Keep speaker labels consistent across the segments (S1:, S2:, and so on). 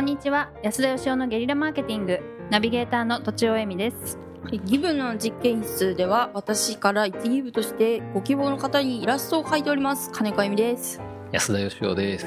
S1: んにちは安田義生のゲリラマーケティングナビゲーターの土地尾恵美です
S2: ギブの実験室では私から一ギブとしてご希望の方にイラストを描いております金子由美です
S3: 安田義生です。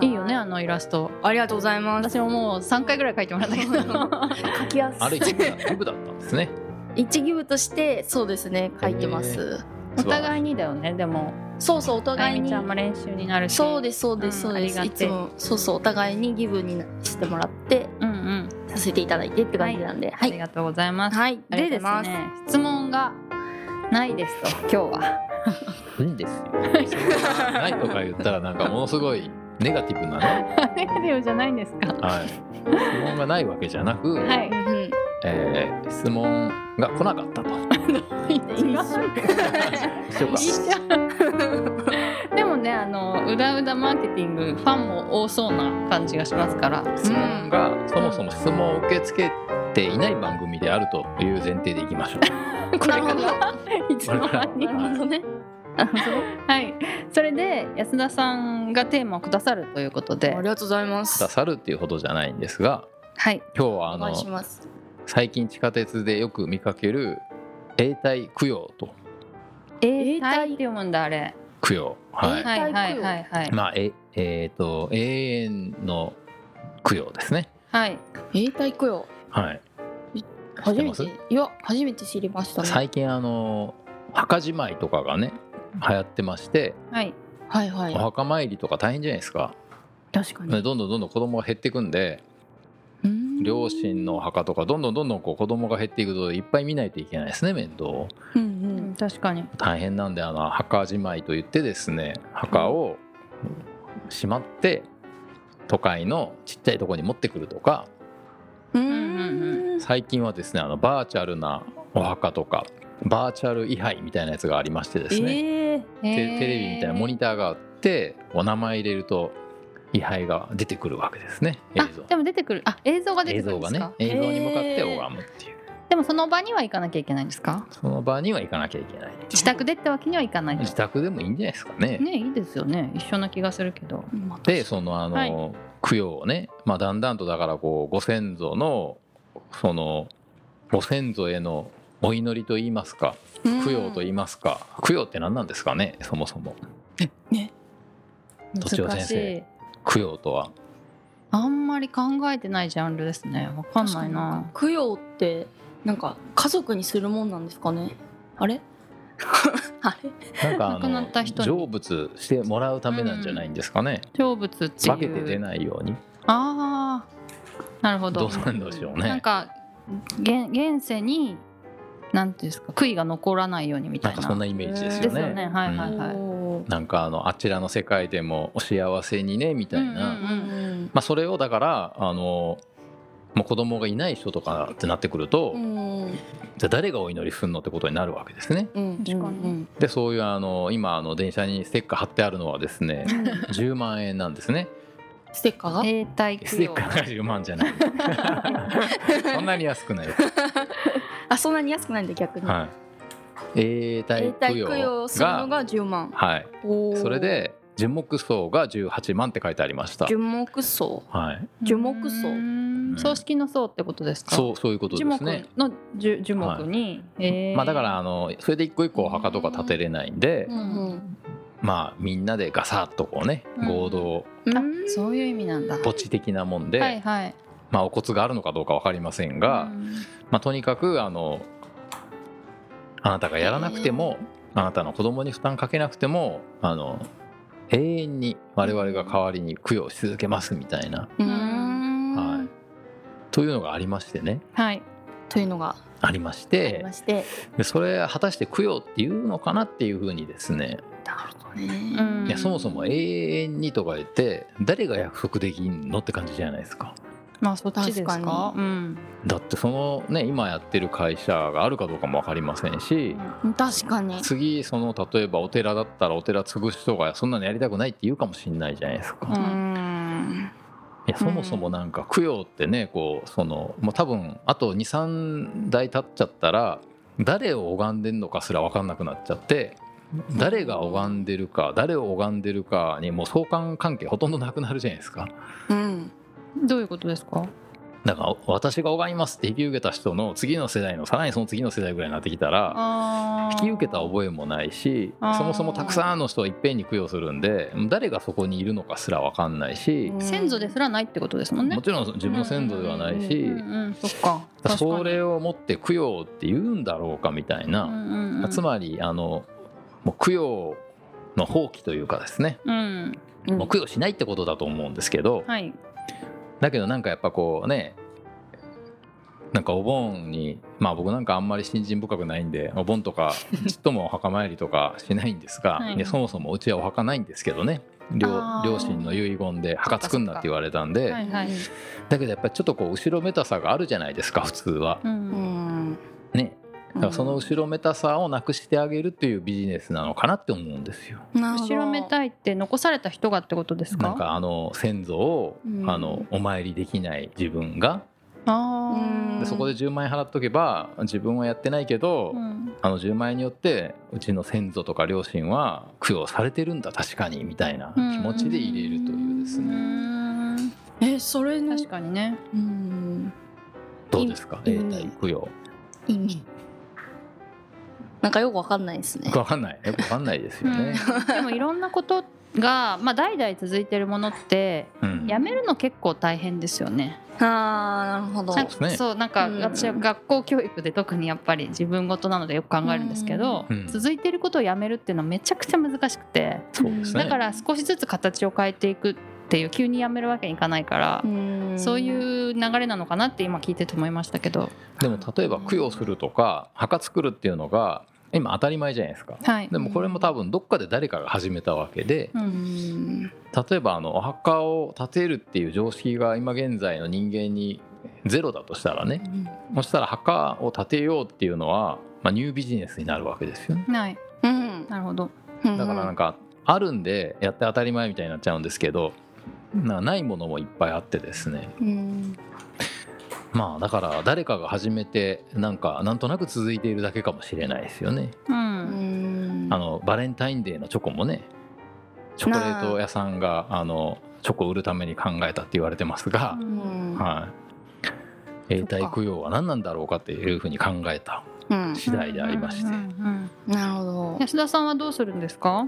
S1: いいよねあのイラスト
S2: ありがとうございます
S1: 私ももう3回ぐらい描いてもらったけど
S2: 描きやす
S3: ある一部だ一部だったんですね。
S2: 一ギブとしてそうですね描いてます、
S1: お互いにだよねでも
S2: そうそうお
S1: あ
S2: 互い
S1: ゆみ
S2: に
S1: ちゃんも練習になるし
S2: そうですそうです
S1: うん
S2: そうです、
S1: あり
S2: い
S1: がて
S2: つ
S1: え
S2: もそうそうお互いにギブにしてもらって
S1: うんうん
S2: させていただいてって感じなんで
S1: あ
S2: は
S1: り
S2: い
S1: がとうございます、
S2: はいあり
S1: で
S2: が
S1: で
S2: とうござい
S1: す
S2: ます
S1: ね質問がないですと 今日は
S3: うんですよ。ないとか言ったらなんかものすごいネガティブなね。
S1: ネガティブじゃないんですか
S3: はい。質問がないわけじゃなく、
S1: はい
S2: うん
S3: えー質問が来なかったと。
S1: 違う
S3: 一緒か。
S1: でもねあのうだうだマーケティングファンも多そうな感じがします から
S3: 質問がそもそも質問を受け付けていない番組であるという前提でいきましょう。
S1: これ
S2: な
S1: か
S2: るほど
S1: ら いつの間に
S2: なるほ どね
S1: はいそれで安田さんがテーマをくださるということ
S2: あり
S1: で
S2: がとうございま
S3: く
S2: す
S3: ださるっていうほどじゃないんですが、
S1: はい
S3: 今日はあ
S2: お願
S3: の
S2: いします
S3: 最近地下鉄でよく見かける永代供養と
S1: 永代って読むんだあれ
S3: 供養。はい。
S2: 永代
S1: はいはいはいはい
S3: まあええーと永遠の供養ですね。
S1: はい
S2: 永代供養
S3: はい。知っ
S2: 初
S3: て
S2: め
S3: ます
S2: ていや初めて知りましたね
S3: 最近あの墓じまいとかがね流行ってまして、
S1: はい
S2: はいは
S3: お
S2: い
S3: 墓参りとか大変じゃないですか。
S2: 確か
S3: どんどんどんどん子供が減っていくんで、
S2: うん
S3: 両親のお墓とかどんどんどんどんこう子供が減っていくといっぱい見ないといけないですね面倒を。
S2: うん
S1: う
S2: うん
S1: ん確かに
S3: 大変なんであの墓じまいと言ってですね墓をしまって都会のちっちゃいところに持ってくるとか
S2: うん
S1: うん
S3: 最近はですねあのバーチャルなお墓とかバーチャル位牌みたいなやつがありましてですね、
S2: ええ
S3: テ
S1: テ
S3: テレビみたいなモニターがあってお名前入れると位牌が出てくるわけですね映
S1: あ
S3: 像
S1: でも出てくるあ映像が出て
S3: 映
S1: くる
S3: 像
S1: んで
S3: が
S1: す
S3: ね
S1: か
S3: 映像に向かって拝むっていう
S1: でもその場には行かなきゃいけないんですか
S3: その場には行かなきゃいけない
S1: 自宅でってわけにはいかないと
S3: 自宅でもいいんじゃないですかね
S1: ねいいですよね一緒な気がするけど
S3: でそのあの、
S1: はい
S3: 供養をね、まあ、だんだんとだからこうご先祖のそのご先祖へのお祈りといいますか供養と言いますか、供養って何なんですかねそもそも土地尾
S1: 難
S3: 先
S1: し
S3: 生
S1: い
S3: 供養とは
S1: あんまり考えてないジャンルですねわかんないな
S2: 供養ってなんか家族にするもんなんですかねあ れあれ
S3: なんかあ
S1: 亡くなった人
S3: の
S1: に
S3: 成仏してもらうためなんじゃないんですかね、
S1: 成仏っていう
S3: 化けて出ないように
S1: ああなるほど
S3: どうなんでしょう
S1: なん
S3: ね
S1: か現現世になんていうんですか悔いが残らないようにみた
S3: なん
S1: い
S3: か
S1: な
S3: そんなイメージです
S1: で
S3: よ
S1: す
S3: ね
S1: よねはいはい
S3: うん
S1: はい、
S2: おー
S3: なんかあのあちらの世界でもお幸せにねみたいな、
S1: うんうん
S3: まあ、それをだからあのもう子供がいない人とかってなってくると、
S2: うん
S3: じゃあ誰がお祈りするのってことになるわけですね。
S2: うん
S1: 確かに
S3: でそういうあの今あの電車にステッカー貼ってあるのはですね10万円なんですね。
S2: ステッカーが
S1: 永代供
S3: ステッ
S1: 養
S3: カーが10万じゃない。そんなに安くない。
S2: あそんなに安くないんだ逆に
S3: はい。永代
S2: 永
S3: 供
S2: 代供
S3: 養
S2: 養するの
S3: が
S2: が10万
S3: はい。
S2: おー
S3: それで樹木葬が18万って書いてありました
S2: 樹。木葬
S3: はい。
S2: 樹木葬
S1: うん葬式の葬ってことですか
S3: そうそういうこと
S1: 樹
S3: です
S1: 木
S3: ね。
S1: の樹樹木に、えー
S3: まあだからあのそれで一個一個お墓とか建てれないんで、
S1: うん
S2: うん
S3: まあみんなでガサッとこうね
S1: うん
S3: 合同
S2: うん
S1: あそういう意味なんだ
S3: 墓地的なもんで、
S1: はいはい
S3: まあお骨があるのかどうかわかりませんが。
S1: うん
S3: まあ、とにかくあのあなたがやらなくても、あなたの子供に負担かけなくてもあの永遠に我々が代わりに供養し続けますみたいな、
S2: う
S3: は
S2: ん
S3: い、というのがありましてね
S1: はい
S2: というのが
S3: ありまし
S2: あり
S3: て
S2: まして
S3: でそれ果たして供養っていうのかなっていうふうにですね
S2: なるほど
S1: うん
S3: い
S2: ね
S3: やそもそも永遠にとか言って誰が約束できんのって感じじゃないですか。
S1: まあそっちですか
S2: 確か
S1: うん
S3: だってそのね今やってる会社があるかどうかも分かりませんし、
S2: 確かに
S3: 次その例えばお寺だったらお寺潰すとかそんなのやりたくないって言うかもしんないじゃないですか、
S1: う
S3: い
S2: うん
S3: やそもそもなんか供養ってねこうそのもう多分あと23代経っちゃったら誰を拝んでんのかすら分かんなくなっちゃって誰が拝んでるか誰を拝んでるかにもう相関関係ほとんどなくなるじゃないですか
S2: うん
S1: どういうことですか
S3: だから私が拝みますって引き受けた人の次の世代のさらにその次の世代ぐらいになってきたら
S1: あー
S3: 引き受けた覚えもないし
S1: あー
S3: そもそもたくさんの人はいっぺんに供養するんで誰がそこにいるのかすら分かんないし、
S1: 先祖ですらないってことですもんね
S3: もちろん自分の先祖ではないし、
S1: うんうんうんそっか確かに
S3: それを持って供養って言うんだろうかみたい
S1: うん
S3: な、
S1: うんうん
S3: つまりあのもう供養の放棄というかですね、
S1: うん
S2: うん
S3: もう供養しないってことだと思うんですけど、
S1: はい
S3: だけどなんかやっぱこうねなんかお盆にまあ僕なんかあんまり信心深くないんでお盆 とかちっともお墓参りとかしないんですが、
S1: はい
S3: でそもそもうちはお墓ないんですけどね両
S1: あー
S3: 両親の遺言で墓作んなって言われたんで、
S1: はいはい
S3: だけどやっぱりちょっとこう後ろめたさがあるじゃないですか普通は
S1: う
S2: うんん
S3: ねだからその
S2: うん
S3: 後ろめたさをなくしてあげるっていうビジネスなのかなって思うんですよ。
S2: なるほ
S1: 後
S2: ど
S1: ろめたいって残された人がってことですか
S3: なんかあの先祖を
S2: うん
S3: あのお参りできない自分が
S1: あ
S2: う
S1: ー
S3: で
S2: ん
S3: そこで10万円払っとけば自分はやってないけど、
S1: うん
S3: あの10万円によってうちの先祖とか両親は供養されてるんだ確かにみたいな気持ちで入れるというですね、
S1: うん
S2: えそれの
S1: 確かにね
S2: うん
S3: どうですか
S2: うん
S3: 霊体供養
S2: 意味なんかよくわかんないですね
S3: 分かんないよく分かんないですよね、
S1: うんでもいろんなことが、まあ、代々続いてるものって
S3: うん
S1: やめるの結構大変ですよね。
S2: あーなるほど
S1: なん
S3: で
S1: か
S3: すね
S1: そうなんか
S2: うん
S1: 私は学校教育で特にやっぱり自分事なのでよく考えるんですけど、
S3: うん
S1: 続いてることをやめるっていうのはめちゃくちゃ難しくて、
S3: そうですね
S1: だから少しずつ形を変えていくっていう急にやめるわけにいかないから、
S2: うん
S1: そういう流れなのかなって今聞いてて思いましたけど。
S3: でも例えば供養するとか墓作るっていうのが今当たり前じゃないですか
S1: はい
S3: でもこれも多分どっかで誰かが始めたわけで
S1: う
S2: うんん
S3: 例えばあのお墓を建てるっていう常識が今現在の人間にゼロだとしたらねそしたら墓を建てようっていうのは、まあ、ニュービジネスになるわけですよね。
S1: ない
S2: うん
S1: なるほど。
S2: だ
S3: だからなんかあるんでやって当たり前みたいになっちゃうんですけどなないものもいっぱいあってですね
S2: うん
S3: まあだから誰かが始めてなんかなんとなく続いているだけかもしれないですよね。
S1: う。
S2: うんん
S3: あのバレンタインデーのチョコもねチョコレート屋さんがあのチョコを売るために考えたって言われてますが、
S2: うん
S3: はい、永代
S2: そっか
S3: 供養は何なんだろうかっていうふうに考えた
S2: うん
S3: 次第でありまして
S1: うんうんうん
S2: なるほど
S1: 安田さんはどうするんですか？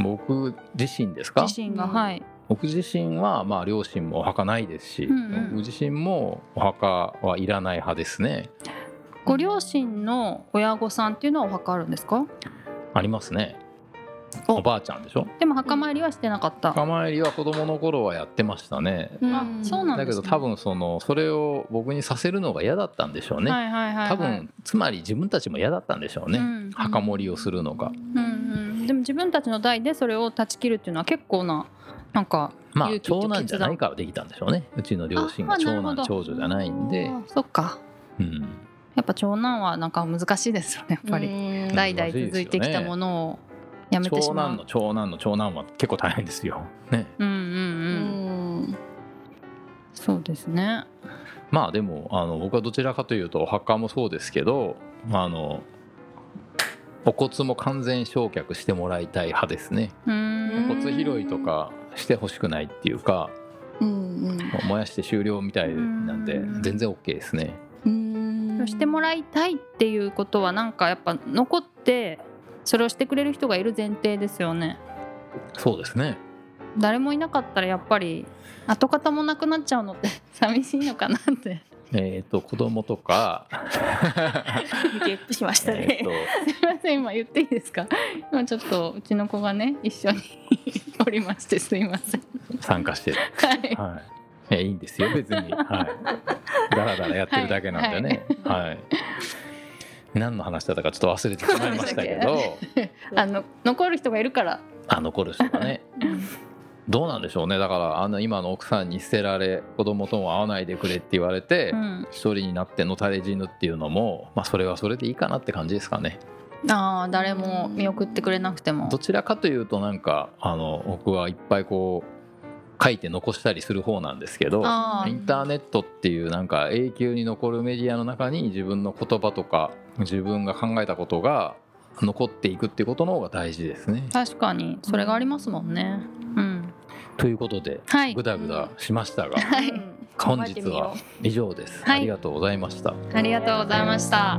S3: 僕自身ですか
S1: 自身が、
S2: うん
S1: はい。
S3: 僕自身はまあ両親もお墓ないですし、
S1: うんうん
S3: 僕自身もお墓はいらない派ですね
S1: ご両親の親御さんっていうのはお墓あるんですか？
S3: ありますね
S1: お
S3: おばあちゃんでしょ
S1: でも墓参りはしてなかった。
S3: 墓参りは子供の頃はやってましたね
S1: あそうなん
S3: だ
S1: で
S3: け
S1: す、
S3: ど
S1: ね、
S3: 多分そのそれを僕にさせるのが嫌だったんでしょうね、
S1: はいはいはいはい、
S3: 多分つまり自分たちも嫌だったんでしょうね、
S1: うん
S3: 墓守りをするのが、
S1: うんうん、でも自分たちの代でそれを断ち切るっていうのは結構ななんか
S3: まあ
S1: 勇気と決
S3: 長
S1: 断
S3: 男じゃないからできたんでしょうねうちの両親
S1: あな
S3: が
S1: るほ
S3: 長
S1: ど
S3: 男長女じゃないんで
S1: あ、ーそっか
S3: うん、
S1: やっぱ長男はなんか難しいですよねやっぱり、
S2: うん
S1: 代々続いてきたものをやめてし
S3: 長
S1: まう
S3: 男の長男の長男は結構大変ですよね
S1: うんうん
S2: う
S1: うん、
S2: ん
S1: そうですね
S3: まあでもあの僕はどちらかというとお墓もそうですけどあのお骨も完全焼却してもらいたい派ですね
S1: う
S3: お
S1: ん
S2: こっち
S3: 骨拾いとかしてほしくないっていうか
S2: うんうん
S3: もう燃やして終了みたいなんで
S1: うん
S3: 全然 OK ですね
S2: うん
S1: してもらいたいっていうことはなんかやっぱ残ってそれをしてくれる人がいる前提ですよね
S3: そうですね
S1: 誰もいなかったらやっぱり跡形もなくなっちゃうのって 寂しいのかなって
S3: えっ、と子供とか
S2: ゲップしました
S3: え
S2: ね
S3: っと
S1: すいません今言っていいですか 今ちょっとうちの子がね一緒におりましてすいません
S3: 参加 して
S1: はい
S3: はい、えいいんですよ別に、はい、だらだらやってるだけなんでね、はい何の話だったかちょっと忘れてしまいました けど
S1: あの残る人がいるから
S3: あ残る人がねどうなんでしょうねだからあの今の奥さんに捨てられ子供とも会わないでくれって言われて、
S1: うん
S3: 一人になってのたれ死ぬっていうのも、まあ、それはそれでいいかなって感じですかね
S1: あー誰も見送ってくれなくても
S3: どちらかというとなんかあの僕はいっぱいこう書いて残したりする方なんですけど
S1: あ
S3: イ
S1: ー
S3: ンターネットっていうなんか永久に残るメディアの中に自分の言葉とか自分が考えたことが残っていくっていうことの方が大事ですね。
S1: 確かにそれがありますもんねうん
S3: ということで
S1: はい
S3: ぐだぐだしましたが、
S1: はい
S2: 考えてみよ
S3: 本
S2: う。
S3: 以上です、
S4: はい
S3: ありがとうございました
S4: ありがとうございました。